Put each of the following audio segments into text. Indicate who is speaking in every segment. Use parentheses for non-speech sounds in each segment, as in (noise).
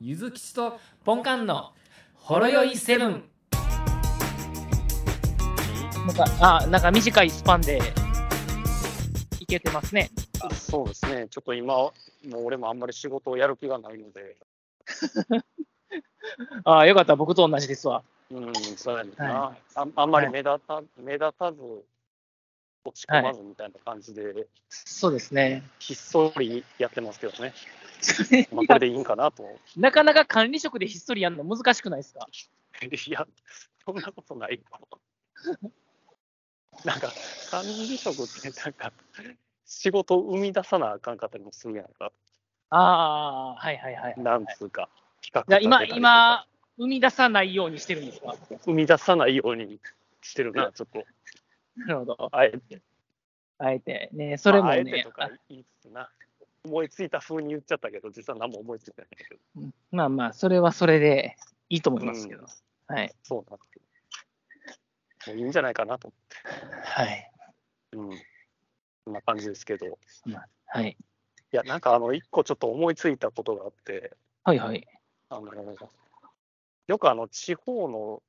Speaker 1: ゆずきちとポンカンのほろよいセブン。
Speaker 2: なんか、あ、なんか短いスパンで、いけてますね。
Speaker 3: あそうですね、ちょっと今、もう俺もあんまり仕事をやる気がないので、
Speaker 2: あよかった、僕と同じですわ。
Speaker 3: うん、そうやねんな、あ。あんまり目立た,、目立たず、落ち込まずみたいな感じで、
Speaker 2: そうですね。
Speaker 3: ひっそりやってますけどね、まあ、これでいいんかなと。
Speaker 2: なかなか管理職でひっそりやるの難しくないですか
Speaker 3: いや、 (laughs) そんなことないかも。 (laughs) なんか、管理職って、なんか、仕事を生み出さなあかんかったりもするやんか、
Speaker 2: ああ、はいはいはい。
Speaker 3: なんつうか、企
Speaker 2: じゃ
Speaker 3: 画
Speaker 2: あ今、
Speaker 3: 立てたりとか
Speaker 2: 今、生み出さないようにしてるんですか
Speaker 3: 生み出さないようにしてるな、ちょっと、
Speaker 2: なるほど。
Speaker 3: あえて。
Speaker 2: あえて。ね、それも
Speaker 3: まああえて
Speaker 2: ね
Speaker 3: と、か言いつつな。思いついた風に言っちゃったけど、実は何も思いついてないけど。
Speaker 2: うんまあまあ、それはそれでいいと思いますけど。はい。
Speaker 3: そうなんですけど。もういいんじゃないかなと。
Speaker 2: はい。
Speaker 3: うん。そんな感じですけど。い
Speaker 2: はい。
Speaker 3: や、なんかあの、一個ちょっと思いついたことがあって、
Speaker 2: はいはい。
Speaker 3: あの、よくあの、地方の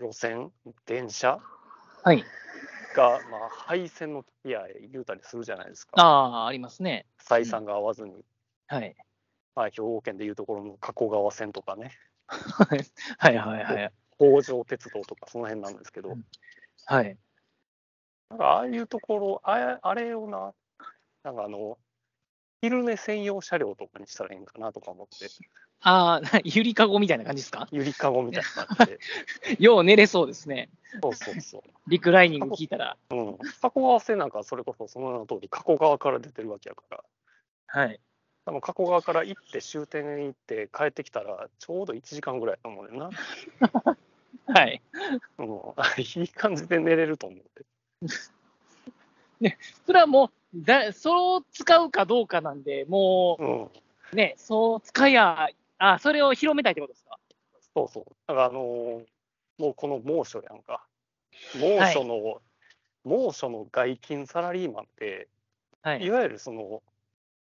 Speaker 3: 路線、電車
Speaker 2: はい。
Speaker 3: が、まあ、廃線の付き合い、言うたりするじゃないです
Speaker 2: あ
Speaker 3: か。
Speaker 2: あー、ありますね。
Speaker 3: 採算が合わずに。
Speaker 2: はい。
Speaker 3: まあ、兵庫県でいうところの加古川線とかね、
Speaker 2: はいはいはい。
Speaker 3: 北条鉄道とか、その辺なんですけど、
Speaker 2: はい。
Speaker 3: なんかああいうところ、あれあれをな、なんかあの、昼寝専用車両とかにしたらいいんかなとか思って、
Speaker 2: ああ、 (laughs) ゆりかごみたいな感じですか
Speaker 3: ゆりかごみたいな
Speaker 2: (laughs)
Speaker 3: 感じで、
Speaker 2: よう寝れそうですね。
Speaker 3: そうそうそ
Speaker 2: リクライニング聞いたら。
Speaker 3: う。うん。加古川線なんかそれこそその名の通り、加古川から出てるわけやから、
Speaker 2: はい。
Speaker 3: 多分加古川から行って終点に行って帰ってきたら、ちょうど1時間ぐらいやと思うねんな。
Speaker 2: はい。
Speaker 3: うん。 (laughs) いい感じで寝れると思って。
Speaker 2: それはもう、だそう使うかどうかなんで、も
Speaker 3: うん。
Speaker 2: うね、そう使いや、あそれを広めたいってことですか
Speaker 3: そうそう。だからあのーもうこの猛暑やんか。猛暑の、猛暑の外勤サラリーマンって、
Speaker 2: はいい。
Speaker 3: わゆるその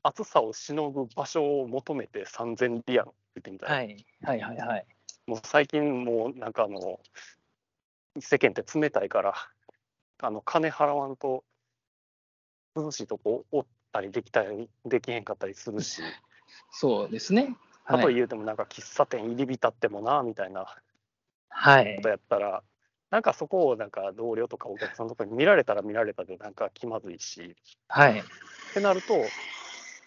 Speaker 3: 暑さをしのぐ場所を求めて3000リアルってみたいな、
Speaker 2: はい。はいはいはい。
Speaker 3: もう最近もうなんかあの世間って冷たいからあの金払わんと涼しいとこおったりできたりできへんかったりするし、
Speaker 2: そうですね。
Speaker 3: あ
Speaker 2: は
Speaker 3: と
Speaker 2: い。
Speaker 3: 言うてもなんか喫茶店入り浸ってもなみたいな
Speaker 2: はい
Speaker 3: こと。やったらなんかそこをなんか同僚とかお客さんとかに見られたら見られたでなんか気まずいし
Speaker 2: はい。
Speaker 3: ってなると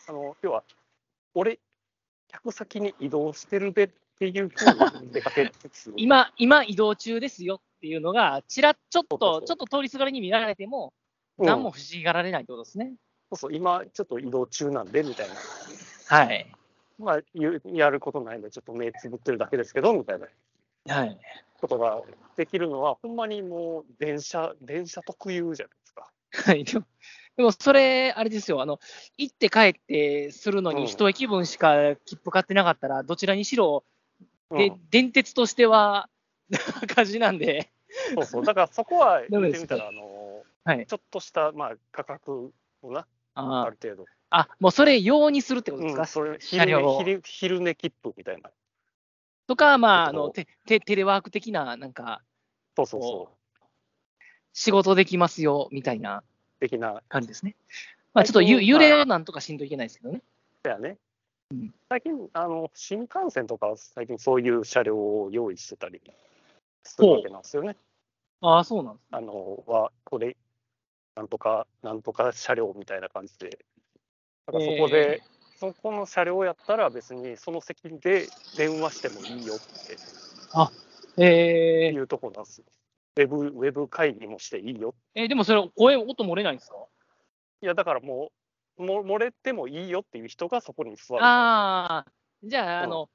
Speaker 3: あの要は俺客先に移動してるべっていうふうに出かけつつ
Speaker 2: 今、今移動中ですよっていうのが、ちらっちょっと、
Speaker 3: そうそう
Speaker 2: ちょ
Speaker 3: そ
Speaker 2: っと通りすがりに見られても、
Speaker 3: うん
Speaker 2: 何も不思議がられないってことですね。
Speaker 3: そうそう今ちょっと移動中なんでみたいな、
Speaker 2: はい。
Speaker 3: まあ、言うやることないのでちょっと目つぶってるだけですけどみたいな
Speaker 2: はい。
Speaker 3: ことができるのはほんまにもう電車電車特有じゃないですか。
Speaker 2: はい、でも、でもそれ、あれですよ、あの、行って帰ってするの
Speaker 3: うん
Speaker 2: に、一駅分しか切符買ってなかったら、どちらにしろ、
Speaker 3: うん
Speaker 2: で、電鉄としては赤字なんで、
Speaker 3: そうそうだからそこは
Speaker 2: (laughs) ダ
Speaker 3: 言
Speaker 2: メで
Speaker 3: って
Speaker 2: す
Speaker 3: みたらあの、
Speaker 2: はい
Speaker 3: ちょっとした、まあ、価格をなあ
Speaker 2: あ
Speaker 3: る程度、
Speaker 2: あ、もうそれ用にするってことで
Speaker 3: う
Speaker 2: すか、
Speaker 3: ん、それ
Speaker 2: 車
Speaker 3: 昼
Speaker 2: 両
Speaker 3: 寝
Speaker 2: を
Speaker 3: 昼昼寝切符みたいな
Speaker 2: とか、まあ、あ
Speaker 3: ちょっと
Speaker 2: のテテテレワーク的な、なんか、
Speaker 3: そうそうそう
Speaker 2: 仕事できますよ、みたいな
Speaker 3: 的な
Speaker 2: 感じですね。まあ、ちょっとゆ
Speaker 3: 最近
Speaker 2: 揺
Speaker 3: は
Speaker 2: れをなんとかしんといけないですけどね。
Speaker 3: だよね
Speaker 2: うん。
Speaker 3: 最近あの、新幹線とかは最近そういう車両を用意してたりす
Speaker 2: ほ
Speaker 3: る
Speaker 2: う
Speaker 3: わけなんですよね。
Speaker 2: ああ、そうなんです。
Speaker 3: あのはこれ、なんとか、なんとか車両みたいな感じで。だからそこで、そこの車両やったら別にその席で電話してもいいよっ
Speaker 2: えー
Speaker 3: て
Speaker 2: え
Speaker 3: いうとこなんですよ。ウェブウェブ会議もしていいよ。
Speaker 2: ーえーでもそれ、声、音漏れないんですか
Speaker 3: いや、だからもう、も漏れてもいいよっていう人がそこに座る。
Speaker 2: ああ、じゃあ、あ
Speaker 3: うん
Speaker 2: の、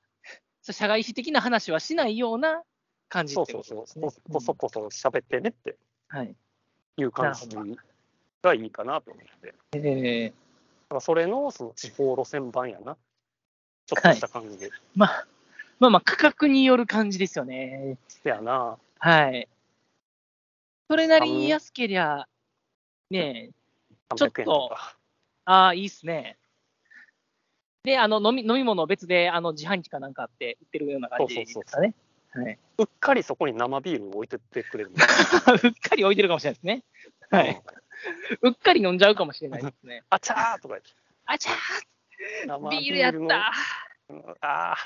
Speaker 2: そう社外非的な話はしないような感じ
Speaker 3: そ
Speaker 2: っ
Speaker 3: う
Speaker 2: て
Speaker 3: そ
Speaker 2: こ
Speaker 3: う
Speaker 2: と
Speaker 3: そ
Speaker 2: です
Speaker 3: う。
Speaker 2: ね
Speaker 3: こ。こそこそ喋ってねって
Speaker 2: うんはい。
Speaker 3: いう感じがいいかなと思って。
Speaker 2: えー
Speaker 3: だからそれのその地方路線版やな。ちょっとした感じで。
Speaker 2: まあ、まあまあ、価格による感じですよね。
Speaker 3: せやな。
Speaker 2: はい。それなりに安けりゃ、ねえ、ちょっと
Speaker 3: 300円とか。
Speaker 2: ああ、いいっすね。で、あの飲み飲み物別であの自販機かなんかあって売ってるような感じ
Speaker 3: そ
Speaker 2: で
Speaker 3: うそう
Speaker 2: す
Speaker 3: そうそ
Speaker 2: かね。
Speaker 3: うっかりそこに生ビールを置いてってくれるんで
Speaker 2: うっかり置いてるかもしれないですね。 (laughs) はい。うっかり飲んじゃうかもしれないですね。
Speaker 3: あちゃーとか言って
Speaker 2: あちゃー
Speaker 3: 生
Speaker 2: ビールやっ
Speaker 3: の
Speaker 2: た
Speaker 3: あ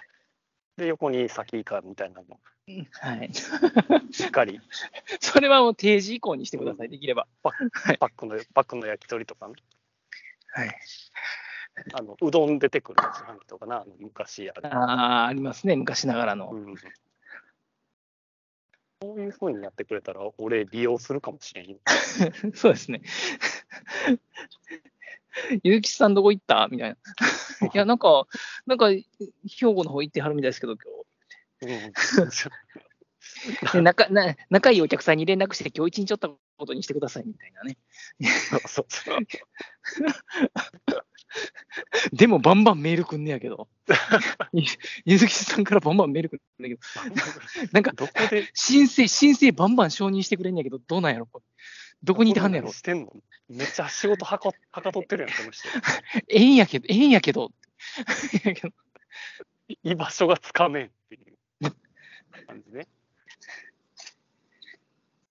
Speaker 3: ーで、横に先イカみたいなの
Speaker 2: はい。
Speaker 3: しっかり
Speaker 2: それはもう定時以降にしてください、できれば。
Speaker 3: パックの、パックの焼き鳥とかね、
Speaker 2: はい。
Speaker 3: あのうどん出てくる自販機とかな、あの昔ある。
Speaker 2: ああ、ありますね、昔ながら
Speaker 3: う
Speaker 2: の。 (laughs)
Speaker 3: んそういうふうにやってくれたら、俺、利用するかもしれんよ。
Speaker 2: そうですね。 (laughs) ゆうきさんどこ行ったみたいな。 (laughs) いや、なんか、なんか、兵庫の方行ってはるみたいですけど、今日。 (laughs)
Speaker 3: う
Speaker 2: で仲な仲いいお客さんに連絡して、今日一日おったことにしてくださいみたいなね。
Speaker 3: んそうそう
Speaker 2: でも、バンバンメールくんねやけ (laughs) ど。ゆゆずきさんからバンバンメールくんねやけど、なんか、
Speaker 3: どこで、
Speaker 2: 申請、申請バンバン承認してくれんねやけど、どうなんやろこれど
Speaker 3: ど
Speaker 2: こにいてはんねやろ
Speaker 3: してんのめっちゃ仕事はかはかどってるやん、この人。
Speaker 2: ええんやけど、ええんやけど。ええんやけど (laughs)
Speaker 3: 居場所がつかめんっていう感じね。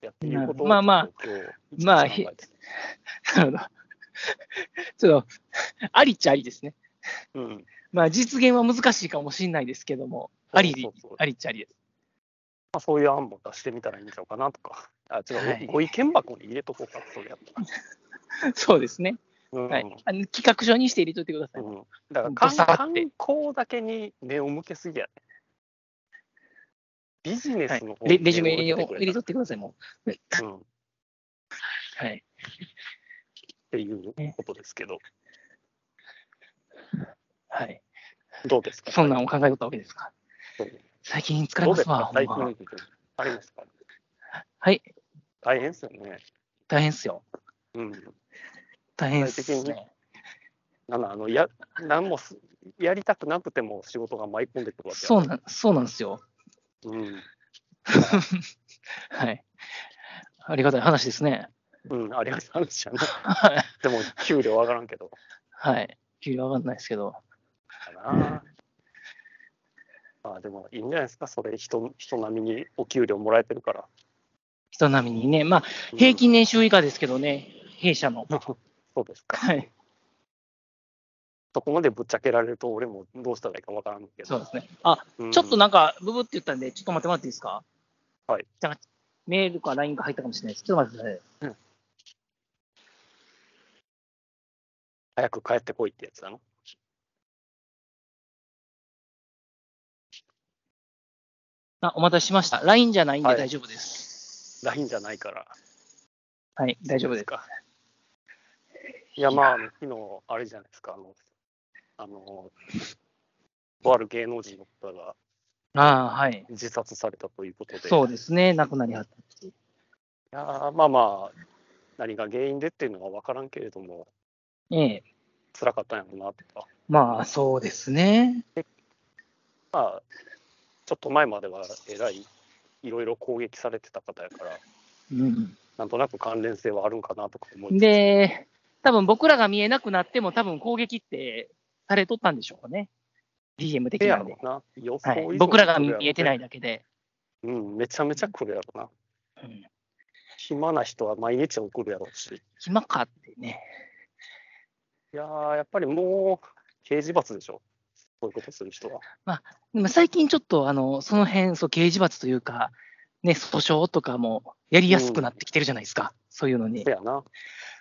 Speaker 3: やっていうことを
Speaker 2: まあまあ
Speaker 3: ちょっと
Speaker 2: まあ
Speaker 3: 今日、一日考えて
Speaker 2: なるほど。 (laughs) ちょっと、ありっちゃありですね。
Speaker 3: うん
Speaker 2: まあ、実現は難しいかもしれないですけども、あり
Speaker 3: そうそうそう
Speaker 2: ありっちゃありです。
Speaker 3: まあ、そういう案も出してみたらいいんちゃうかなとか、あ違う、
Speaker 2: (laughs) はい
Speaker 3: ご意見箱に入れとこうか、それやったら。
Speaker 2: そうですね。
Speaker 3: うん
Speaker 2: はい。あの企画書にして入れといてください。
Speaker 3: うん、だから
Speaker 2: どさ
Speaker 3: 観
Speaker 2: って
Speaker 3: 観光だけに目を向けすぎやね。ビジネ
Speaker 2: は
Speaker 3: ス
Speaker 2: い
Speaker 3: の方、
Speaker 2: レ
Speaker 3: に
Speaker 2: レジュメ
Speaker 3: 目を向
Speaker 2: を
Speaker 3: け
Speaker 2: 入
Speaker 3: て
Speaker 2: れ
Speaker 3: く
Speaker 2: とっ
Speaker 3: れ
Speaker 2: てください、も
Speaker 3: たらうん、っ
Speaker 2: う。はい。
Speaker 3: ていうことですけど、
Speaker 2: はい。
Speaker 3: どうですか
Speaker 2: そんなんを考えとったわけですか。
Speaker 3: どうです
Speaker 2: 最近疲れ
Speaker 3: ど
Speaker 2: ま
Speaker 3: うですすか
Speaker 2: わ、ほん
Speaker 3: 最近
Speaker 2: ま
Speaker 3: のことありますか
Speaker 2: はい。
Speaker 3: 大変ですよね。
Speaker 2: 大変っすよ。
Speaker 3: うん。
Speaker 2: 大変っす
Speaker 3: 具体的
Speaker 2: ね。
Speaker 3: なんだあのや何もすやりたくなくても仕事が舞い込んでくるわけや
Speaker 2: そうなん、そうなんですよ。
Speaker 3: うん、
Speaker 2: はい。ありがたい話ですね。
Speaker 3: うん、ありがたい話やな。
Speaker 2: はい
Speaker 3: でも、給料上がらんけど。
Speaker 2: はい。給料上がんないですけど。
Speaker 3: か
Speaker 2: (laughs)
Speaker 3: な。まあ、でも、いいんじゃないですか、それ人、人並みにお給料もらえてるから。
Speaker 2: 人並みにね。まあ、
Speaker 3: うん
Speaker 2: 平。均年収以下ですけどね。弊社の。
Speaker 3: (laughs) そうですか。
Speaker 2: はい。
Speaker 3: そこまでぶっちゃけられると、俺もどうしたらいいかわからんけど。
Speaker 2: そうですね。あ、
Speaker 3: うん
Speaker 2: ちょっとなんか、ブブって言ったんで、ちょっと待ってもらっていいですか
Speaker 3: はい。
Speaker 2: じゃあメールか LINE か入ったかもしれないです。ちょっと待ってください。
Speaker 3: 早く帰ってこいってやつだな。
Speaker 2: あ、お待たせしました。LINE じゃないん
Speaker 3: は
Speaker 2: で
Speaker 3: い
Speaker 2: 大丈夫です。
Speaker 3: LINE じゃないから。
Speaker 2: はい、大丈夫です。
Speaker 3: か。いや、まあ、あの昨日、あれじゃないですか、あの、あの、とある芸能人の方が
Speaker 2: ああ、はい。
Speaker 3: 自殺されたということで、
Speaker 2: そうですね。亡くなりはったっていう
Speaker 3: いやーまあまあ、何が原因でっていうのは分からんけれども、
Speaker 2: ええ。
Speaker 3: 辛かったんやろうなとか、
Speaker 2: まあ、そうですね。
Speaker 3: まあ、ちょっと前まではえらい、いろいろ攻撃されてた方やから、
Speaker 2: うん。
Speaker 3: なんとなく関連性はあるんかなとか思いつつ、
Speaker 2: で、多分僕らが見えなくなっても、多分攻撃ってされとったんでしょうかね。DM 的
Speaker 3: せや
Speaker 2: なん
Speaker 3: ろ
Speaker 2: で。
Speaker 3: な、予想
Speaker 2: は
Speaker 3: 以上
Speaker 2: い、
Speaker 3: に。
Speaker 2: 僕らが見えてないいだけで。
Speaker 3: うん、めちゃめちゃ来るやろな。
Speaker 2: うん
Speaker 3: 暇な人は毎日送るやろうし。
Speaker 2: 暇かってね。
Speaker 3: いやー、やっぱりもう、刑事罰でしょ。そういうことする人は。
Speaker 2: でも最近ちょっと、あの、その辺、そう、刑事罰というか、ね、訴訟とかもやりやすくなってきてるじゃないですか。そういうのに
Speaker 3: せ。やな。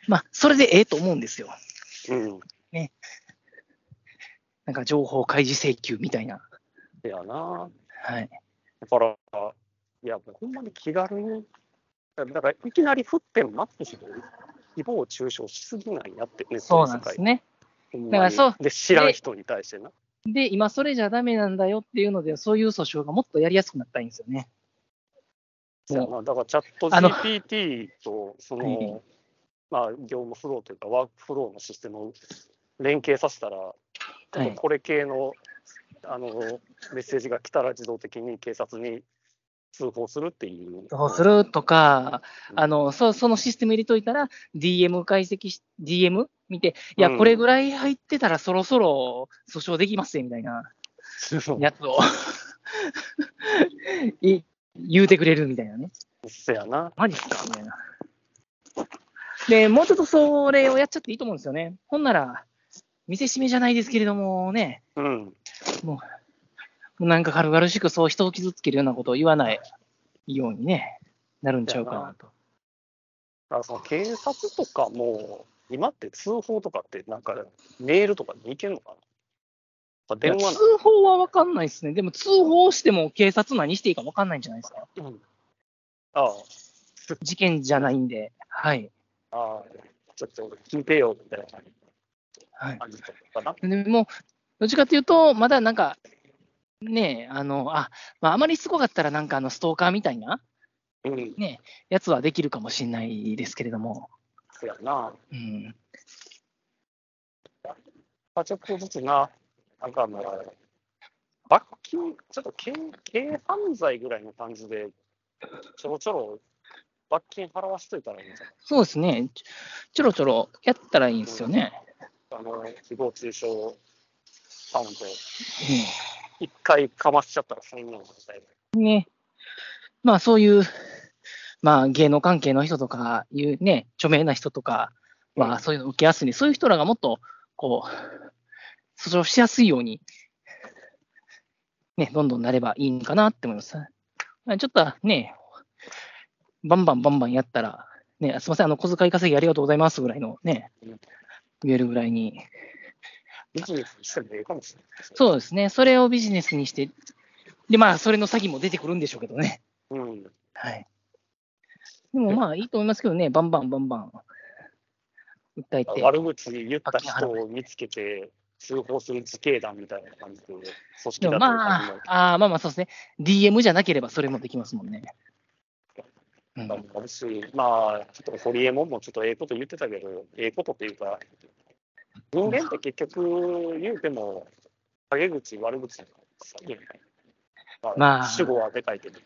Speaker 2: まあ、それでええと思うんですよ。
Speaker 3: うん。
Speaker 2: なんか情報開示請求みたいな。
Speaker 3: せやな。
Speaker 2: はい。
Speaker 3: だから、いや、もうほんまに気軽に。だから、いきなり沸点マッチしてる。誹謗中傷しすぎないなってね、
Speaker 2: そうなんです
Speaker 3: ね。
Speaker 2: ね。
Speaker 3: ほんまに
Speaker 2: だからそう
Speaker 3: で、知らん人に対してな。
Speaker 2: で、今それじゃダメなんだよっていうので、そういう訴訟がもっとやりやすくなったらいいんですよね。
Speaker 3: せやなだから、チャット
Speaker 2: あの
Speaker 3: GPT と、そ
Speaker 2: うん
Speaker 3: の、まあ、業務フローというか、ワークフローのシステムを連携させたら、ちょっとこれ系の,、あのメッセージが来たら自動的に警察に通報するっていう。
Speaker 2: そうするとか、
Speaker 3: うん
Speaker 2: あの、そそのシステム入れといたら、DM 解析し、DM 見て、いや、
Speaker 3: うん
Speaker 2: これぐらい入ってたらそろそろ訴訟できますねみたいな
Speaker 3: そう
Speaker 2: やつを (laughs) い言うてくれるみたいなね。
Speaker 3: せやな。
Speaker 2: マジっすかみたいな。で、もうちょっとそれをやっちゃっていいと思うんですよね。ほんなら、見せしめじゃないですけれどもね、
Speaker 3: うん。
Speaker 2: なんか軽々しくそう人を傷つけるようなことを言わないようにね、なるんちゃうかなと。
Speaker 3: だからその警察とかも、今って通報とかって、なんかメールとかでいけるのかな電話な
Speaker 2: 通報は分かんないですね。でも通報しても警察何していいか分かんないんじゃないですか。
Speaker 3: の、うん、ああ、
Speaker 2: 事件じゃないんで。はい。
Speaker 3: ああ、ちょっと聞いてよみたいな
Speaker 2: はい、
Speaker 3: 感じとかな。
Speaker 2: でも、どっちかというと、まだなんか、ねえ、あの、あ、まあ、あまりすごかったらなんかあの、ストーカーみたいな
Speaker 3: うん、
Speaker 2: やつはできるかもしれないですけれども。
Speaker 3: そうやな。
Speaker 2: うん。
Speaker 3: まあちょっとずつな、なんかあの、罰金、ちょっと軽軽犯罪ぐらいの感じで、ちょろちょろ罰金払わしといたらいいんじゃない
Speaker 2: そうですね。ちょちょろちょろやったらいいんですよね。
Speaker 3: あの、誹謗中傷パウンド、
Speaker 2: え
Speaker 3: 一回かましちゃったら1000円みたいな。
Speaker 2: えね。まあ、そういう、まあ、芸能関係の人とかいうね、著名な人とか、まあ、そういうの受けやすいね、そういう人らがもっと、こう、訴訟しやすいように、ね、どんどんなればいいんかなって思います。まあちょっとね、バンバンバンバンやったら、ね、すみません、あの、小遣い稼ぎありがとうございますぐらいのね
Speaker 3: うん、
Speaker 2: 言えるぐらいに。
Speaker 3: ビジネスにしてもいいかもしれない。
Speaker 2: そうですね、それをビジネスにして、で、まあ、それの詐欺も出てくるんでしょうけどね。
Speaker 3: うん。
Speaker 2: はい。でもまあ、いいと思いますけどね、バンバンバンバン、訴えて。
Speaker 3: 悪口言った人を見つけて通報する自警団みたいな感じで、組織
Speaker 2: で
Speaker 3: だと
Speaker 2: も
Speaker 3: い
Speaker 2: ま
Speaker 3: う感
Speaker 2: あ、あーまあまあそうですね。DM じゃなければそれもできますもんね。う
Speaker 3: じ
Speaker 2: ん
Speaker 3: もあるし、まあ、ちょっと堀江門もちょっとええこと言ってたけど、ええことっていうか、人間って結局言うても、陰口、悪口詐欺ま
Speaker 2: ま
Speaker 3: あ、
Speaker 2: あ
Speaker 3: 主語はでかいけど、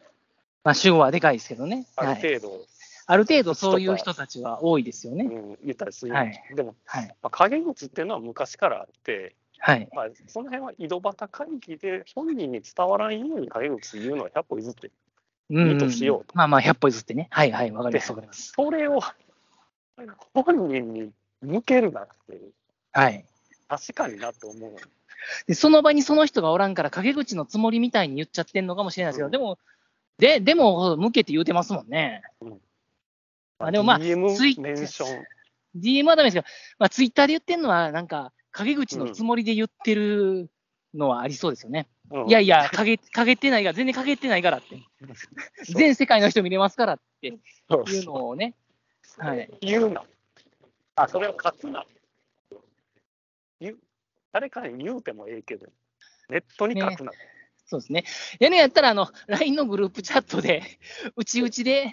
Speaker 2: まあ、主語はでかいですけどね。
Speaker 3: あ
Speaker 2: は
Speaker 3: る
Speaker 2: い、
Speaker 3: 程度、
Speaker 2: ある程度そういう人たちは多いですよ
Speaker 3: う
Speaker 2: ね。
Speaker 3: ん、言ったりする。
Speaker 2: はい
Speaker 3: でも、
Speaker 2: はい。
Speaker 3: まあ、陰口っていうのは昔からあって、
Speaker 2: はい。
Speaker 3: まあ、その辺は井戸端会議で本人に伝わらんように陰口言うのは100歩譲って
Speaker 2: うん
Speaker 3: いいとしようと
Speaker 2: まあまあ、100歩譲ってね。はいはい、わかります、わかります。
Speaker 3: それを本人に向けるなっていう、
Speaker 2: はい。
Speaker 3: 確かになと思う。
Speaker 2: で、その場にその人がおらんから、陰口のつもりみたいに言っちゃってんのかもしれないですけど、
Speaker 3: うん
Speaker 2: でも、で、でも、向けて言うてますもんね。あでもまあ
Speaker 3: DM
Speaker 2: ツイ
Speaker 3: メンション、
Speaker 2: DM はダメですけど、まあ、ツイッターで言ってんのは、なんか、陰口のつもりで言ってるのはありそうですよね。
Speaker 3: うん
Speaker 2: いやいや、かげ、かげてないから、全然かげてないからって。全世界の人見れますからってい
Speaker 3: そう
Speaker 2: うのをね。はい。
Speaker 3: 言うな。あ、それを書くな。言う誰かに言うてもええけど、ネットに書くな。
Speaker 2: そうですね。やねやったら、あの、LINE のグループチャットで、うちうちで、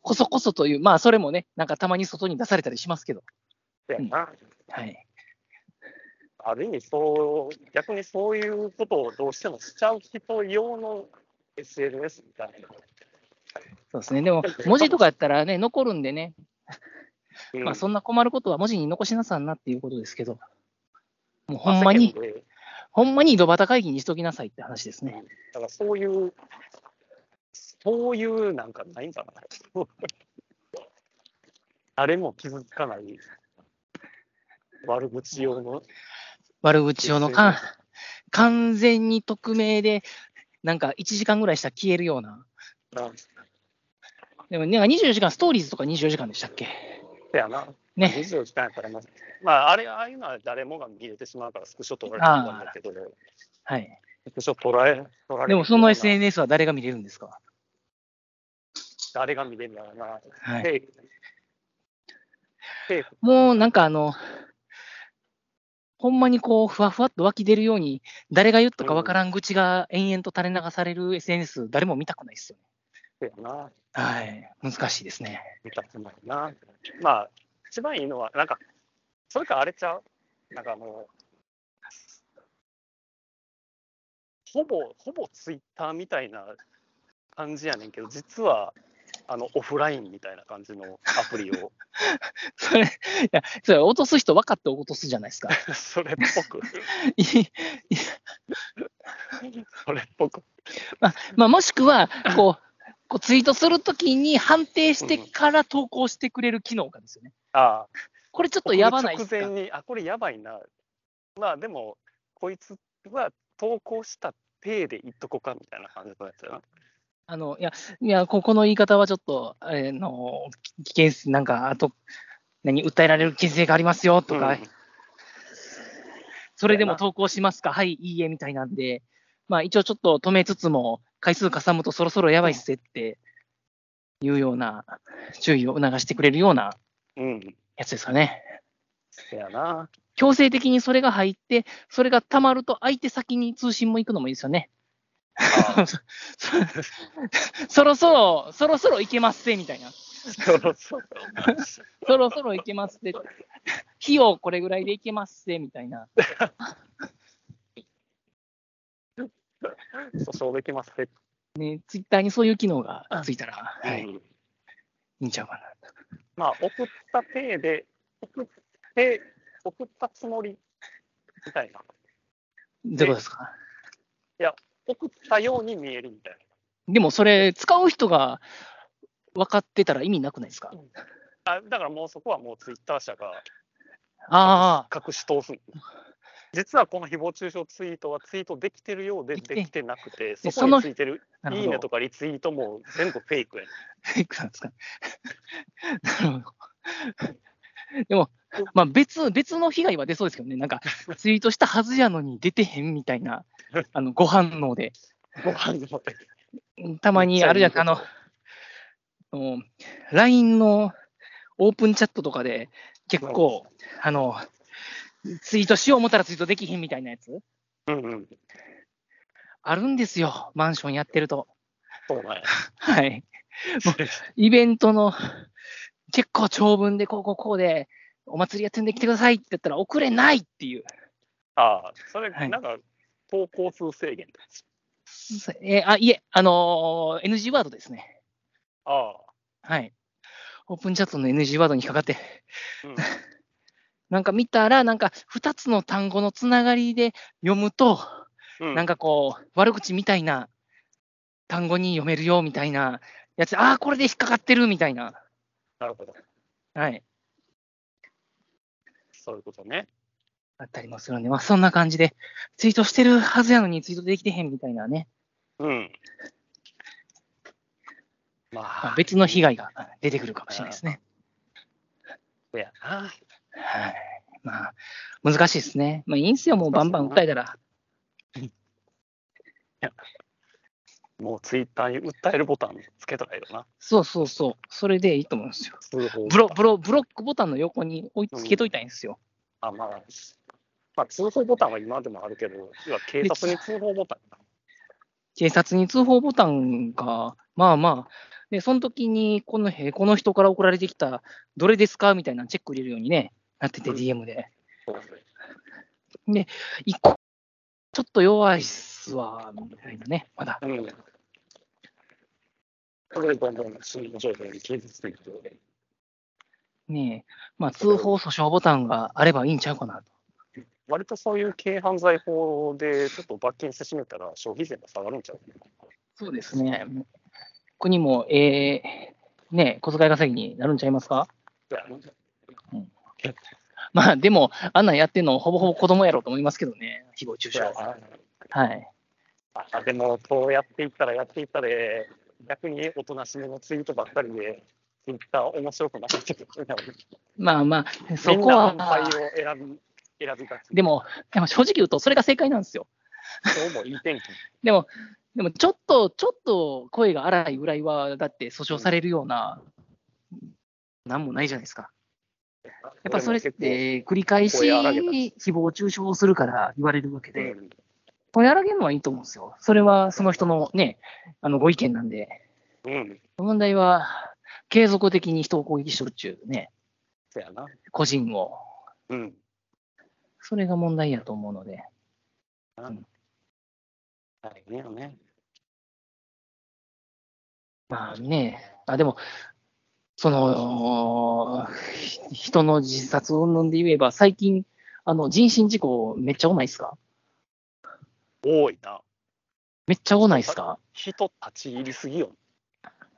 Speaker 2: こそこそという、まあ、それもね、なんかたまに外に出されたりしますけど。
Speaker 3: だよな
Speaker 2: はい。
Speaker 3: ある意味そう、逆にそういうことをどうしてもしちゃう人用の SNS みたいな。
Speaker 2: そうですね。でも、文字とかやったらね、残るんでね、
Speaker 3: うん
Speaker 2: まあ、そんな困ることは文字に残しなさんなっていうことですけど、もうほんまに
Speaker 3: 世、間で
Speaker 2: ほんまに井戸端会議にしときなさいって話ですね。
Speaker 3: だからそういう、そういうなんかないんかな。 (laughs) 誰も傷つかない悪口用の。
Speaker 2: 悪口用のか (laughs) 完全に匿名で、なんか1時間ぐらいしたら消えるような。
Speaker 3: なん
Speaker 2: でもね、24時間、ストーリーズとか24時間でしたっけ
Speaker 3: てやな。
Speaker 2: ね。
Speaker 3: 24時間やったらまあ、まあ、あれ、ああいうのは誰もが見れてしまうから、スクショ取られてたんだけど、
Speaker 2: はい。
Speaker 3: スクショ取られ、取られ
Speaker 2: でもその
Speaker 3: な
Speaker 2: SNS は誰が見れるんですか
Speaker 3: 誰が見れるんだろうな。
Speaker 2: はい。
Speaker 3: で、で
Speaker 2: もうなんかあの、ほんまにこう、ふわふわっと湧き出るように、誰が言ったかわからん愚痴が延々と垂れ流される SNS、誰も見たくないですよね。
Speaker 3: せやな。
Speaker 2: はい。難しいですね。
Speaker 3: 見たくないな。まあ、一番いいのは、なんか、それかあれちゃうなんかもう、ほぼ、ほぼツイッターみたいな感じやねんけど、実は、あの、オフラインみたいな感じのアプリを、 (laughs)
Speaker 2: それ、いや、それ落とす人分かって落とすじゃないですか。 (laughs)
Speaker 3: それっぽく、 (laughs)
Speaker 2: い
Speaker 3: それっぽく。
Speaker 2: まあ、もしくは、こう、こうツイートするときに判定してから投稿してくれる機能がですよね。
Speaker 3: ああ、ち
Speaker 2: これちょっとやばないですか
Speaker 3: 直前に、あ、これやばいな。まあ、でも、こいつは投稿した体で言っとこかみたいな感じのやつやな。
Speaker 2: あの、いや、いや、ここの言い方はちょっと、あれの、き危険、なんか、あと、何、訴えられる危険性がありますよとか、
Speaker 3: うん
Speaker 2: それでも投稿しますか、はい、いいえみたいなんで、まあ一応ちょっと止めつつも、回数かさむとそろそろやばいっすっていうような注意を促してくれるような
Speaker 3: うん、
Speaker 2: やつですかね。
Speaker 3: せやな。
Speaker 2: 強制的にそれが入って、それが溜まると相手先に通信も行くのもいいですよね。
Speaker 3: ああ
Speaker 2: そろそろ、そろそろ行けますせみたいな。
Speaker 3: そろそろ。
Speaker 2: そろそろ行けますって。費用これぐらいで行けますせみたいな。
Speaker 3: 訴訟できますね。
Speaker 2: ね、ツイッターにそういう機能がついたら、は
Speaker 3: う
Speaker 2: い、
Speaker 3: ん
Speaker 2: いいんちゃうかな。
Speaker 3: まあ、送った体で、送って、送ったつもりみたいな。
Speaker 2: どういうことですか
Speaker 3: 送ったように見えるみたい
Speaker 2: でもそれ、使う人が分かってたら意味なくないですか
Speaker 3: な。あだからもうそこはもうツイッター社が
Speaker 2: ああ、
Speaker 3: 隠し通す。実はこの誹謗中傷ツイートはツイートできてるようで
Speaker 2: できて
Speaker 3: できてなくて、
Speaker 2: で
Speaker 3: そこ
Speaker 2: その
Speaker 3: についてる
Speaker 2: なる
Speaker 3: い
Speaker 2: ほ
Speaker 3: い
Speaker 2: ど。
Speaker 3: ねとかリツイートも全部フェイクやね
Speaker 2: (laughs) フェイクなんですか。 (laughs) なるほど。でも、まあ別、別の被害は出そうですけどね、なんか、ツイートしたはずやのに出てへんみたいな、あの、ご反応で。
Speaker 3: ご飯の手
Speaker 2: たまにあるじゃん、あの、あの LINE のオープンチャットとかで、結構、あの、ツイートしよう思ったらツイートできへんみたいなやつ
Speaker 3: うんうん。
Speaker 2: あるんですよ、マンションやってると。
Speaker 3: そうなんや。
Speaker 2: はい。イベントの結構長文で、こうこうこうで、お祭りやってんで来てくださいって言ったら、送れないっていう。
Speaker 3: ああ、それ
Speaker 2: はい
Speaker 3: なんか投稿数制限とか
Speaker 2: えーあ、いえ、あのー NG ワードですね。
Speaker 3: ああ。
Speaker 2: はい。オープンチャットの NG ワードに引っかかって、
Speaker 3: うん
Speaker 2: なんか見たら、なんか2つの単語のつながりで読むと、
Speaker 3: うん
Speaker 2: なんかこう、悪口みたいな単語に読めるよみたいなやつ、ああ、これで引っかかってるみたいな。
Speaker 3: なるほど。
Speaker 2: はい。
Speaker 3: そういうことね。
Speaker 2: あったりもするんで、まあそんな感じで、ツイートしてるはずやのにツイートできてへんみたいなね、
Speaker 3: うん。ま
Speaker 2: ま
Speaker 3: あ
Speaker 2: あ、、別の被害が出てくるかもしれないですね。
Speaker 3: そうやな。
Speaker 2: はい。まあ、難しいですね。まあいいんすよ、もうバンバン訴えたら。
Speaker 3: もうツイッターに訴えるボタンつけたらいいよな。
Speaker 2: そうそうそう。それでいいと思うんですよ。
Speaker 3: 通報
Speaker 2: ブロブロブロックボタンの横に置いつけといたいんですよ。
Speaker 3: あ、まあ、まあ、通報ボタンは今でもあるけど、要は警察に通報ボタンだ。
Speaker 2: 警察に通報ボタンが、まあまあ、で、その時にこの、へこの人から送られてきた、どれですかみたいなのチェック入れるようにね、なってて、
Speaker 3: うん
Speaker 2: DM で。
Speaker 3: そうですね
Speaker 2: 一個、ちょっと弱いっすわ、みたいなね、まだ。
Speaker 3: うん。これでどんどん新情報に気づついていく。
Speaker 2: ねえ、まあ、通報訴訟ボタンがあればいいんちゃうかなと。
Speaker 3: 割とそういう軽犯罪法でちょっと罰金してしめたら消費税が下がるんちゃう
Speaker 2: そうですね。国も、えー、ねえ、小遣い稼ぎになるんちゃいますかうんまあ、でも、あんなんやってんの、ほぼほぼ子供やろうと思いますけどね、誹謗中傷は。はい。
Speaker 3: あでも、こうやっていったらやっていったで、逆におとなしめのツイートばっかりで、ツイッター面白くなってきてるから
Speaker 2: まあまあ、そこ
Speaker 3: みんな安
Speaker 2: は、
Speaker 3: 牌を選び、選びがち。
Speaker 2: でも、でも正直言うと、それが正解なんですよ。
Speaker 3: 今日もいい天気。
Speaker 2: でも、でもちょっと、ちょっと声が荒いぐらいは、だって訴訟されるような、なんもないじゃないですか。やっぱそれっ
Speaker 3: 俺も
Speaker 2: て繰り返し
Speaker 3: 声荒げた
Speaker 2: 誹謗中傷をするから言われるわけ
Speaker 3: 結
Speaker 2: で、
Speaker 3: 構、うん
Speaker 2: これ荒げるのはいいと思うんですよ。それはその人のね、あのご意見なんで、
Speaker 3: うん、
Speaker 2: 問題は継続的に人を攻撃しとるっちゅうね、
Speaker 3: そやな。
Speaker 2: 個人を。
Speaker 3: うん。
Speaker 2: それが問題やと思うので。
Speaker 3: 大変よね。
Speaker 2: まあね、あ、でも、その、ひ人の自殺云々で言えば、最近、あの、人身事故めっちゃ多ないっすか
Speaker 3: 多いな。
Speaker 2: めっちゃ多ないっすか
Speaker 3: 人立ち入りすぎよ。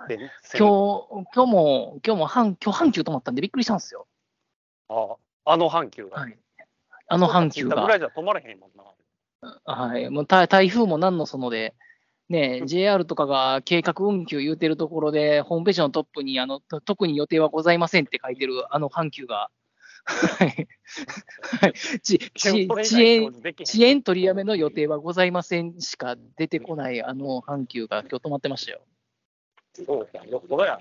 Speaker 3: でね、
Speaker 2: 今日、今日も、今日も半、今日半休止まったんでびっくりしたんですよ。
Speaker 3: ああの阪急が。
Speaker 2: はい。あの半
Speaker 3: 立ち
Speaker 2: 休
Speaker 3: 入ったぐ
Speaker 2: が。
Speaker 3: らいじゃ止まれへんもんな。
Speaker 2: はい。もう台台風も何のそので、ね、JR とかが計画運休言うてるところで、ホームページのトップに、あの、と特に予定はございませんって書いてる、あの半休が。はい。ち、ち、遅延、遅延取りやめの予定はございませんしか出てこない、あの阪急が今日止まってましたよ。
Speaker 3: そうや、よっぽどや。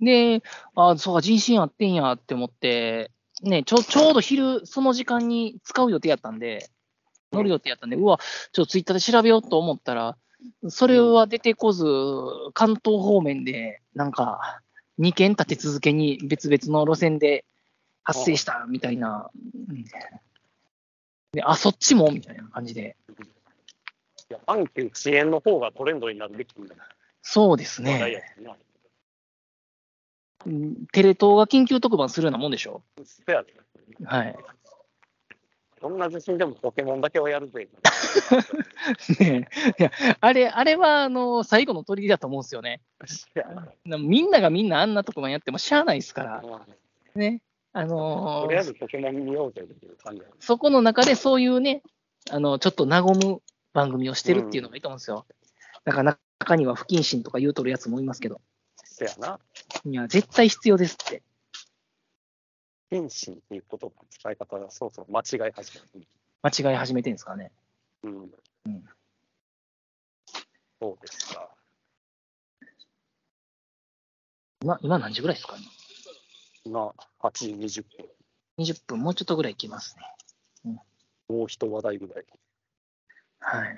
Speaker 2: で、あそうか、人身あってんやって思って、ね、ちょちょうど昼、その時間に使う予定やったんで、乗る予定やったんで、うわ、ちょっとツイッターで調べようと思ったら、それは出てこず、関東方面で、なんか、2件立て続けに別々の路線で発生したみたいな、うんであ、そっちもみたいな感じで、
Speaker 3: いや、阪急遅延の方がトレンドになるべきみたいな
Speaker 2: そうです
Speaker 3: 話題や
Speaker 2: ね、
Speaker 3: しな。
Speaker 2: うんテレ東が緊急特番するようなもんでしょ。
Speaker 3: そうやで。
Speaker 2: はい
Speaker 3: どんな地震でもポケモンだけはやるぜ。
Speaker 2: ねえいやあれ、あれはあの最後の取りだと思うんですよね。
Speaker 3: そうやな
Speaker 2: なみんながみんなあんなとこまでやってもしゃあないですから、
Speaker 3: と
Speaker 2: ね。あのー
Speaker 3: りあえずポケモン見ようぜっていう感じやな。
Speaker 2: そこの中でそういうね、あの、ちょっと和む番組をしてるっていうのがいいと思うんですよ。だから中には不謹慎とか言うとるやつもいますけど、
Speaker 3: そうやな。
Speaker 2: いや、絶対必要ですって。
Speaker 3: 天使っていう言葉の使い方がそうそう間違い始める。
Speaker 2: 間違い始めてるんですからね。
Speaker 3: うん。
Speaker 2: うん
Speaker 3: そうですか。
Speaker 2: 今、今何時ぐらいですかね。
Speaker 3: 今、8時20
Speaker 2: 20分、もうちょっとぐらいいきますね。
Speaker 3: 分。もう一話題ぐらい。
Speaker 2: はい。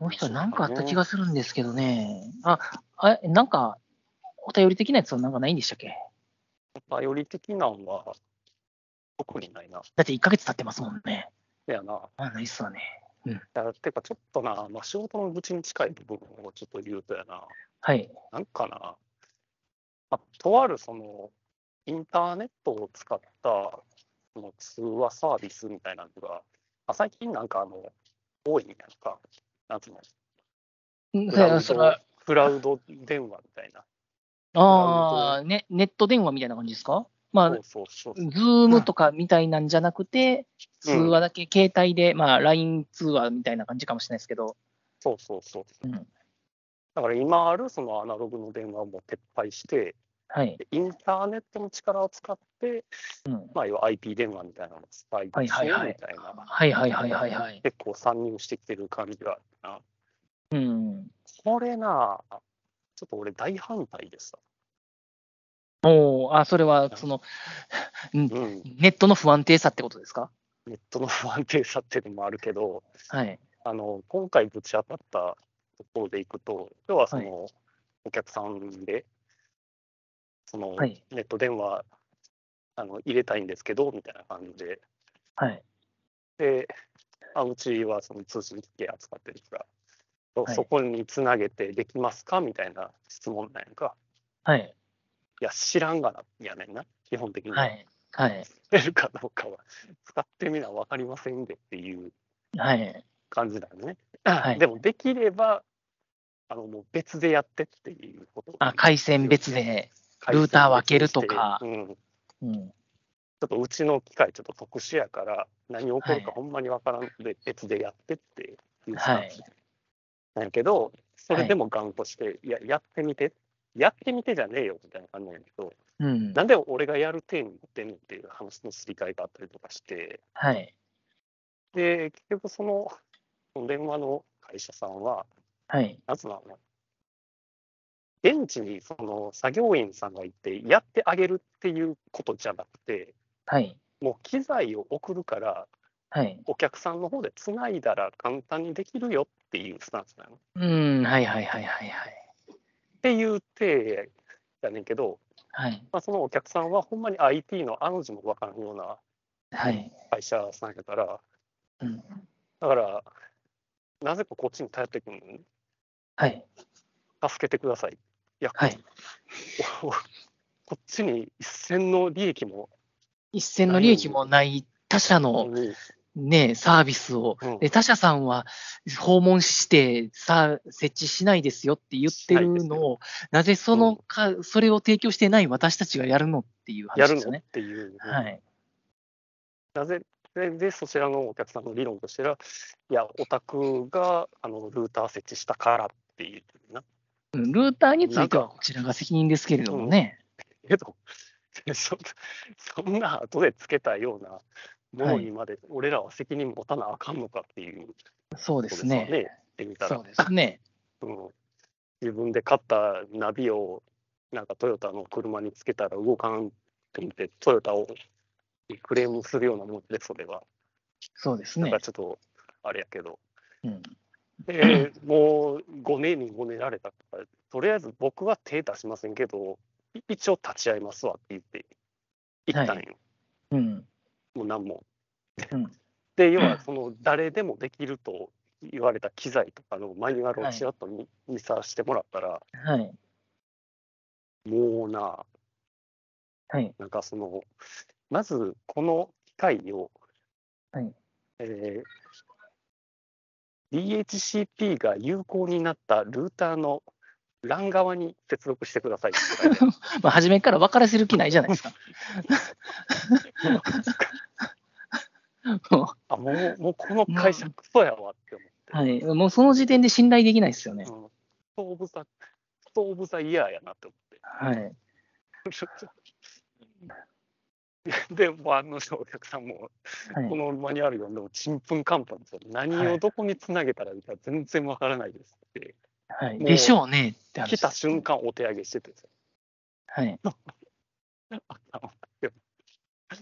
Speaker 2: もう一人なんかあった気がするんですけどね。あ、あなんか、お便り的なやつはなんかないんでしたっけ
Speaker 3: 頼り的なんは、特にないな。
Speaker 2: だって1ヶ月経ってますもんね。
Speaker 3: せやな。
Speaker 2: あ、ないっすわね。
Speaker 3: だてか、ちょっとな、まあ、仕事の愚痴に近い部分をちょっと言うとやな。
Speaker 2: はい。
Speaker 3: なんかな、まあ、とあるその、インターネットを使ったその通話サービスみたいなのが、まあ、最近なんかあの、多いみたいなか、なんつうの、
Speaker 2: うん
Speaker 3: クラウ
Speaker 2: それは
Speaker 3: ド、クラウド電話みたいな。
Speaker 2: ああ、ね、ネット電話みたいな感じですかまあ、
Speaker 3: そう
Speaker 2: ズ
Speaker 3: そうそう。
Speaker 2: ームとかみたいなんじゃなくて、通話だけ、携帯で、まあ、LINE 通話みたいな感じかもしれないですけど。
Speaker 3: そうそうそう。
Speaker 2: うん
Speaker 3: だから今あるそのアナログの電話も撤廃して、
Speaker 2: はい。
Speaker 3: インターネットの力を使って、
Speaker 2: うん
Speaker 3: まあ、要は IP 電話みたいなのを使い
Speaker 2: はい
Speaker 3: し
Speaker 2: はい
Speaker 3: よう
Speaker 2: はい
Speaker 3: みたいな、
Speaker 2: はいはいはいはいはい。
Speaker 3: 結構参入してきてる感じがあるな。
Speaker 2: うん。
Speaker 3: これな、ちょっと俺大反対でした。
Speaker 2: おーあ、それは、その、
Speaker 3: うん、
Speaker 2: ネットの不安定さってことですか
Speaker 3: ネットの不安定さっていうのもあるけど、
Speaker 2: はい。
Speaker 3: あの今回ぶち当たったところでいくと、要はその、お客さんで、その、
Speaker 2: はい。
Speaker 3: ネット電話あの入れたいんですけど、みたいな感じで、
Speaker 2: はい。
Speaker 3: で、あうちはその通信機器扱ってるから、そ
Speaker 2: はい
Speaker 3: そこにつなげてできますかみたいな質問なんやんか。
Speaker 2: はい。
Speaker 3: いや、知らんがな、やねんな、基本的には。
Speaker 2: はい。はい。
Speaker 3: 出るかどうかは、使ってみな分かりませんでっていう
Speaker 2: はい。
Speaker 3: 感じだよね。
Speaker 2: はい
Speaker 3: でも、できれば、あのもう別でやってっていうこと。
Speaker 2: あ、回線別で。ルーター分けるとか
Speaker 3: 回線別にしてうんち
Speaker 2: うん。
Speaker 3: ょっとうちの機械ちょっと特殊やから、何起こる
Speaker 2: は
Speaker 3: か
Speaker 2: い
Speaker 3: ほんまに分からんので、別でやってっていうスタ
Speaker 2: は
Speaker 3: ン
Speaker 2: い
Speaker 3: ス。なんやけど、それでも頑固して、いや、やってみて、やってみてじゃねえよみたいな感じなんやけど、
Speaker 2: うん。
Speaker 3: なんで俺がやる手に持ってんのっていう話のすり替えがあったりとかして、
Speaker 2: はい。
Speaker 3: で、結局その、その電話の会社さんは、
Speaker 2: はい。
Speaker 3: なんつうのかな、現地にその作業員さんが行って、やってあげるっていうことじゃなくて、
Speaker 2: はい。
Speaker 3: もう機材を送るから、
Speaker 2: はい。
Speaker 3: お客さんの方でつないだら簡単にできるよっていうスタンスなの。っ
Speaker 2: うん。はいはいはいはいはい。
Speaker 3: ていう体やねんけど、
Speaker 2: はい。
Speaker 3: まあ、そのお客さんはほんまに IT のあの字もわからんような
Speaker 2: はい。
Speaker 3: 会社さんやから、
Speaker 2: うん。
Speaker 3: だから、なぜかこっちに頼ってくるのね
Speaker 2: はい。
Speaker 3: 助けてください。いや、
Speaker 2: はい
Speaker 3: おおこっちに一銭の利益も
Speaker 2: 一銭の利益もない他社の
Speaker 3: に
Speaker 2: ね、サービスを、
Speaker 3: うん
Speaker 2: で他社さんは訪問してさ設置しないですよって言ってるのを、なぜそのか、それを提供してない私たちがやるのっていう
Speaker 3: や
Speaker 2: 話
Speaker 3: る
Speaker 2: ですよ
Speaker 3: のっ
Speaker 2: ね。
Speaker 3: ていう、
Speaker 2: はい、
Speaker 3: なぜででそちらのお客さんの理論としては、いや、オタクがあのルーター設置したからっていう
Speaker 2: う
Speaker 3: な。
Speaker 2: んルーターについてはこちらが責任ですけれどもね。
Speaker 3: けど、 (laughs) そそんな後でつけたようなものにまで、俺らは責任持たなあかんのかっていうこ
Speaker 2: そうで
Speaker 3: とですすよね。
Speaker 2: ね。
Speaker 3: ねってみたら
Speaker 2: そうですね。
Speaker 3: うん自分で買ったナビをなんかトヨタの車につけたら動かんって言ってトヨタをクレームするようなもんでそれは
Speaker 2: そうです
Speaker 3: なん
Speaker 2: ね
Speaker 3: か。ちょっとあれや
Speaker 2: (laughs)
Speaker 3: けど、
Speaker 2: うん、
Speaker 3: でもう5年に5年られたからとりあえず僕は手出しませんけどい一応立ち会いますわって言って行ったんよ、
Speaker 2: はうん、
Speaker 3: もう何も。
Speaker 2: うん
Speaker 3: で要はその誰でもできると言われた機材とかのマニュアルをちらっと見,、見させてもらったら
Speaker 2: はい。
Speaker 3: もうな
Speaker 2: はい。
Speaker 3: なんかその、まずこの機械を、
Speaker 2: はい
Speaker 3: えー DHCP が有効になったルーターの欄側に接続してくださいって書いてある
Speaker 2: (laughs) まあ、初めから分からせる気ないじゃないですか。も
Speaker 3: あもうもうこの会社クソやわって
Speaker 2: うはい、もうその時点で信頼できないですよね。
Speaker 3: 思って、うん、ストーブさ、ストーブさイヤーやなって思って。
Speaker 2: はい。
Speaker 3: (laughs) で、もうあのお客さんも、
Speaker 2: はい
Speaker 3: このマニュアル読んでも、ちんぷんかんぷんですよ。何
Speaker 2: は
Speaker 3: を
Speaker 2: い
Speaker 3: どこにつなげたらいいか全然わからないですって。
Speaker 2: はい、
Speaker 3: もう
Speaker 2: でしょうねって話
Speaker 3: 来た瞬間お手上げしててさ
Speaker 2: はい。
Speaker 3: だか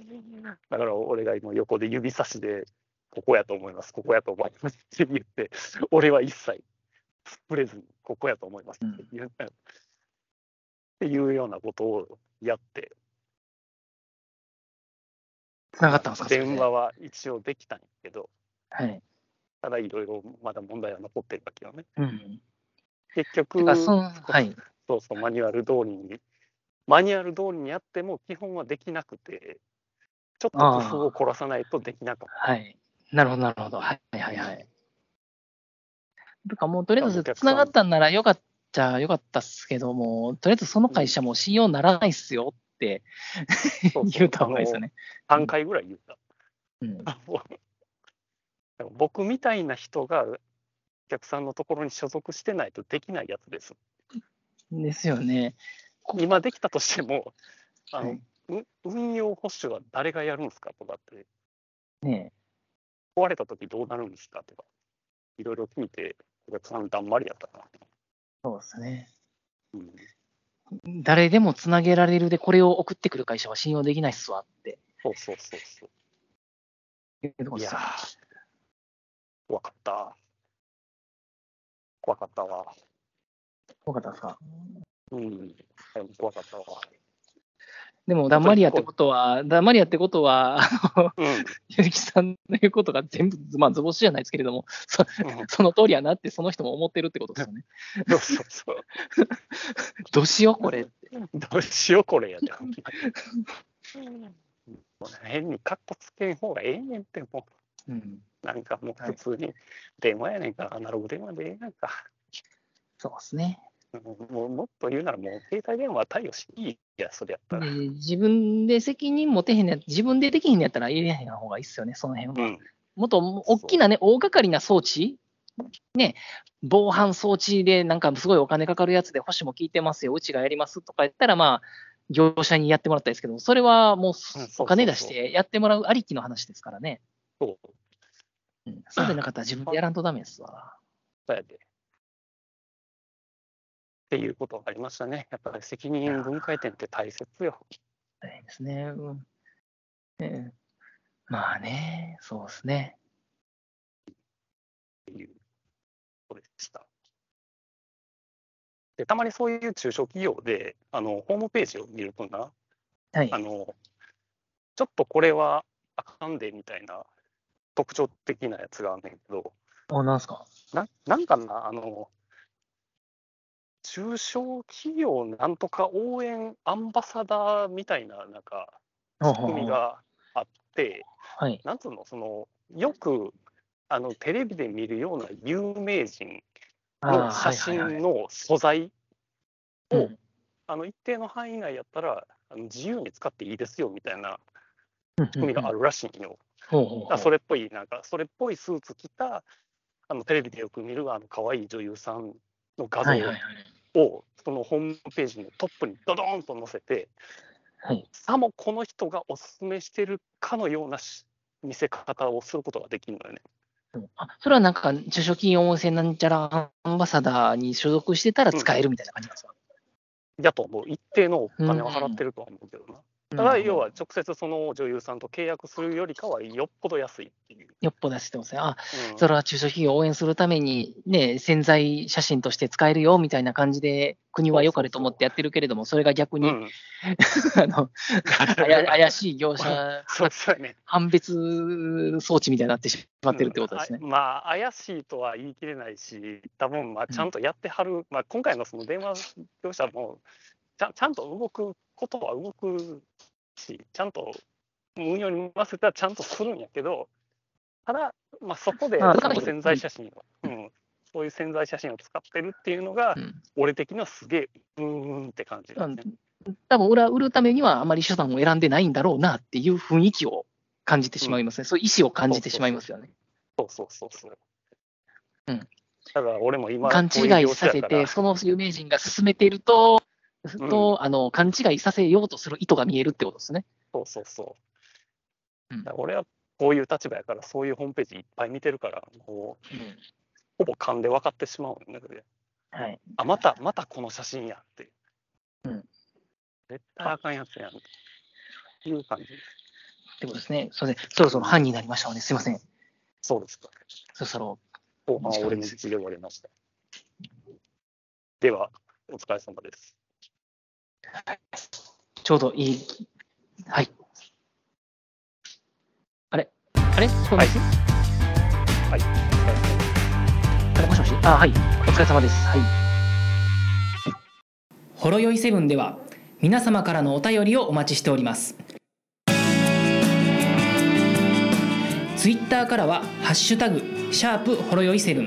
Speaker 3: ら俺が今横で指差しで、ここやと思います、ここやと思いますって言って、俺は一切突っ触れずに、ここやと思いますって言ったよっていうようなことをやって、
Speaker 2: つながったんですかそれで
Speaker 3: 電話は一応できたんやけど、
Speaker 2: はい。
Speaker 3: ただいろいろまだ問題は残ってるわけよね。
Speaker 2: うん。
Speaker 3: 結
Speaker 2: て
Speaker 3: 局、
Speaker 2: か、その、はい。
Speaker 3: そうそう、マニュアル通りに、マニュアル通りにやっても基本はできなくて、ちょっと工夫を凝らさないとできなかっ
Speaker 2: はい。なるほど、なるほど。はい、はい、はい。とか、もうとりあえず
Speaker 3: お客さ
Speaker 2: つ
Speaker 3: ん
Speaker 2: ながったんならよかった、よかったっすけども、とりあえずその会社も信用ならないっすよって
Speaker 3: た。そうそう
Speaker 2: (laughs) 言うた方がいいですよね。
Speaker 3: あの3回ぐらい言った。
Speaker 2: うん。
Speaker 3: もう僕みたいな人がお客さんのところに所属してないとできないやつです。
Speaker 2: ですよね。
Speaker 3: 今できたとしても、あの
Speaker 2: はい
Speaker 3: うん運用保守は誰がやるんですかとかって、
Speaker 2: ね
Speaker 3: 壊れたときどうなるんですかとか、いろいろ聞いて、お客さん、だんまりやったな。
Speaker 2: そうですね。
Speaker 3: うん
Speaker 2: 誰でもつなげられるで、これを送ってくる会社は信用できないっすわって
Speaker 3: そうそうそうそ
Speaker 2: いうとこ
Speaker 3: う。い
Speaker 2: です
Speaker 3: や
Speaker 2: よね
Speaker 3: ー、怖かった。怖かったわ。
Speaker 2: 多かったですか。
Speaker 3: うん、怖かったわ。
Speaker 2: でも、だんまりやってことは、だんまりやってことは、 (laughs)
Speaker 3: (laughs) うん
Speaker 2: ゆうきさんの言うことが全部、まあ、図星じゃないですけれども、そ
Speaker 3: うん
Speaker 2: その通りやなって、その人も思ってるってことですよね。
Speaker 3: そうそうそう。
Speaker 2: (laughs) どうしよう、これ。
Speaker 3: どうしようこれやで。ほんまもう変にカッコつけん方がええねんっても
Speaker 2: うん、
Speaker 3: うなんかもう
Speaker 2: はい
Speaker 3: 普通に電話やねんからアナログ電話でええやんか
Speaker 2: そうですね。
Speaker 3: うんもうもっと言うならもう携帯電話は対応していいやそれやった
Speaker 2: で
Speaker 3: ら
Speaker 2: 自分で責任持てへんや、自分でできへんのやったら入れへん方がいいっすよね、その辺
Speaker 3: う
Speaker 2: は。
Speaker 3: ん
Speaker 2: もっと大きなね、大掛かりな装置、ね、防犯装置でなんかすごいお金かかるやつで、保守も効いてますよ、うちがやりますとか言ったら、まあ、業者にやってもらったんですけど、それはもう
Speaker 3: そうそうそう
Speaker 2: お金出してやってもらうありきの話ですからね。
Speaker 3: そう
Speaker 2: うんそうでなかったら自分でやらんとダメですわ。
Speaker 3: そうやでっていうことがありましたねやっぱり責任分解点って大切よ
Speaker 2: 大変ですね。うんええまあね、そうですね。
Speaker 3: そうでした。でたまにそういう中小企業であのホームページを見るとな
Speaker 2: はい
Speaker 3: あ。のちょっとこれはあかんでみたいな特徴的なやつがあんねんけど
Speaker 2: あ、なんすか
Speaker 3: ななんかな、あの、中小企業なんとか応援アンバサダーみたいな、なんか、
Speaker 2: 仕
Speaker 3: 仕組み。があって、
Speaker 2: はい。
Speaker 3: なんつうの、その、よく、あの、テレビで見るような有名人
Speaker 2: あ
Speaker 3: の
Speaker 2: あ、
Speaker 3: 写
Speaker 2: はいはいは
Speaker 3: 真
Speaker 2: い
Speaker 3: の素材
Speaker 2: う
Speaker 3: を
Speaker 2: ん、
Speaker 3: あの、一定の範囲内やったら、あの自由に使っていいですよみたいな仕
Speaker 2: 仕
Speaker 3: 組みがあ
Speaker 2: る。
Speaker 3: るらしいんよ。
Speaker 2: ほうほうほう
Speaker 3: あそれっぽい、なんか、それっぽいスーツ着た、あのテレビでよく見るあの可愛い女優さんの画像
Speaker 2: はいはいはい。
Speaker 3: を、そのホームページのトップにドドーンと載せて、
Speaker 2: はい。
Speaker 3: さもこの人がおすすめしてるかのようなし見せ方をすることができるのよね。
Speaker 2: あ、それはなんか、中小企業温泉なんちゃらアンバサダーに所属してたら使えるみたいな感じなんですか、
Speaker 3: やと思う、一定のお金を払ってるとは思うけどな。ただ、要は直接その女優さんと契約するよりかはよっぽど安いっていう。
Speaker 2: よっぽど出してますね。あ、
Speaker 3: うん
Speaker 2: それは中小企業を応援するために、ね、潜在写真として使えるよみたいな感じで、国は良かれと思ってやってるけれども、それが逆に、
Speaker 3: うん
Speaker 2: (laughs) あのあや怪しい業者
Speaker 3: そうそうやね。
Speaker 2: 判別装置みたいになってしまってるってことですね
Speaker 3: う。んあまあ、怪しいとは言い切れないし、多分まあちゃんとやってはる、まあ、今回のその電話業者もちゃん、ちゃんと動くことは動くし、ちゃんと運用に回せたらちゃんとするんやけど、ただ、まあ、そこで
Speaker 2: まあ
Speaker 3: その潜在写真を、うん、そういう潜在写真を使ってるっていうのが、
Speaker 2: うん
Speaker 3: 俺的にはすげえ、うーんって感じ
Speaker 2: う
Speaker 3: だ
Speaker 2: ん
Speaker 3: ね。
Speaker 2: 多分俺は売るためにはあまり手段を選んでないんだろうなっていう雰囲気を感じてしまいますね。そういう意思を感じてしまいますよね。
Speaker 3: そうそうそうそう。
Speaker 2: うん
Speaker 3: だから俺も今、
Speaker 2: 勘
Speaker 3: こういう
Speaker 2: 違い
Speaker 3: 業
Speaker 2: さ
Speaker 3: 者
Speaker 2: せ
Speaker 3: やから
Speaker 2: て、その有名人が進めていると、
Speaker 3: うん
Speaker 2: とあの勘違いさせようとする意図が見えるってことですね。
Speaker 3: そうそうそう。
Speaker 2: うん
Speaker 3: だから俺はこういう立場やから、そういうホームページいっぱい見てるから、もうほぼ勘で分かってしまうんだけど、
Speaker 2: はい、
Speaker 3: あ、また、またこの写真やって。
Speaker 2: うん
Speaker 3: 絶対あかんやつやん。いう感じ。
Speaker 2: ってことですね。すみません。そろそろ半になりましたので、すみません。
Speaker 3: そうですか。
Speaker 2: そろそろ
Speaker 3: 後半は俺の口で終わりました。では、お疲れ様です。
Speaker 2: ちょうどいい。はい。あれあれこれ、
Speaker 3: はいはい、
Speaker 2: あれ
Speaker 3: お疲れ様です。
Speaker 2: もしもしあ、はい。お疲れ様です。はい。
Speaker 1: ほろよいセブンでは皆様からのお便りをお待ちしておりますツイッターからは「ハッシュタグシャープほろよいセブン」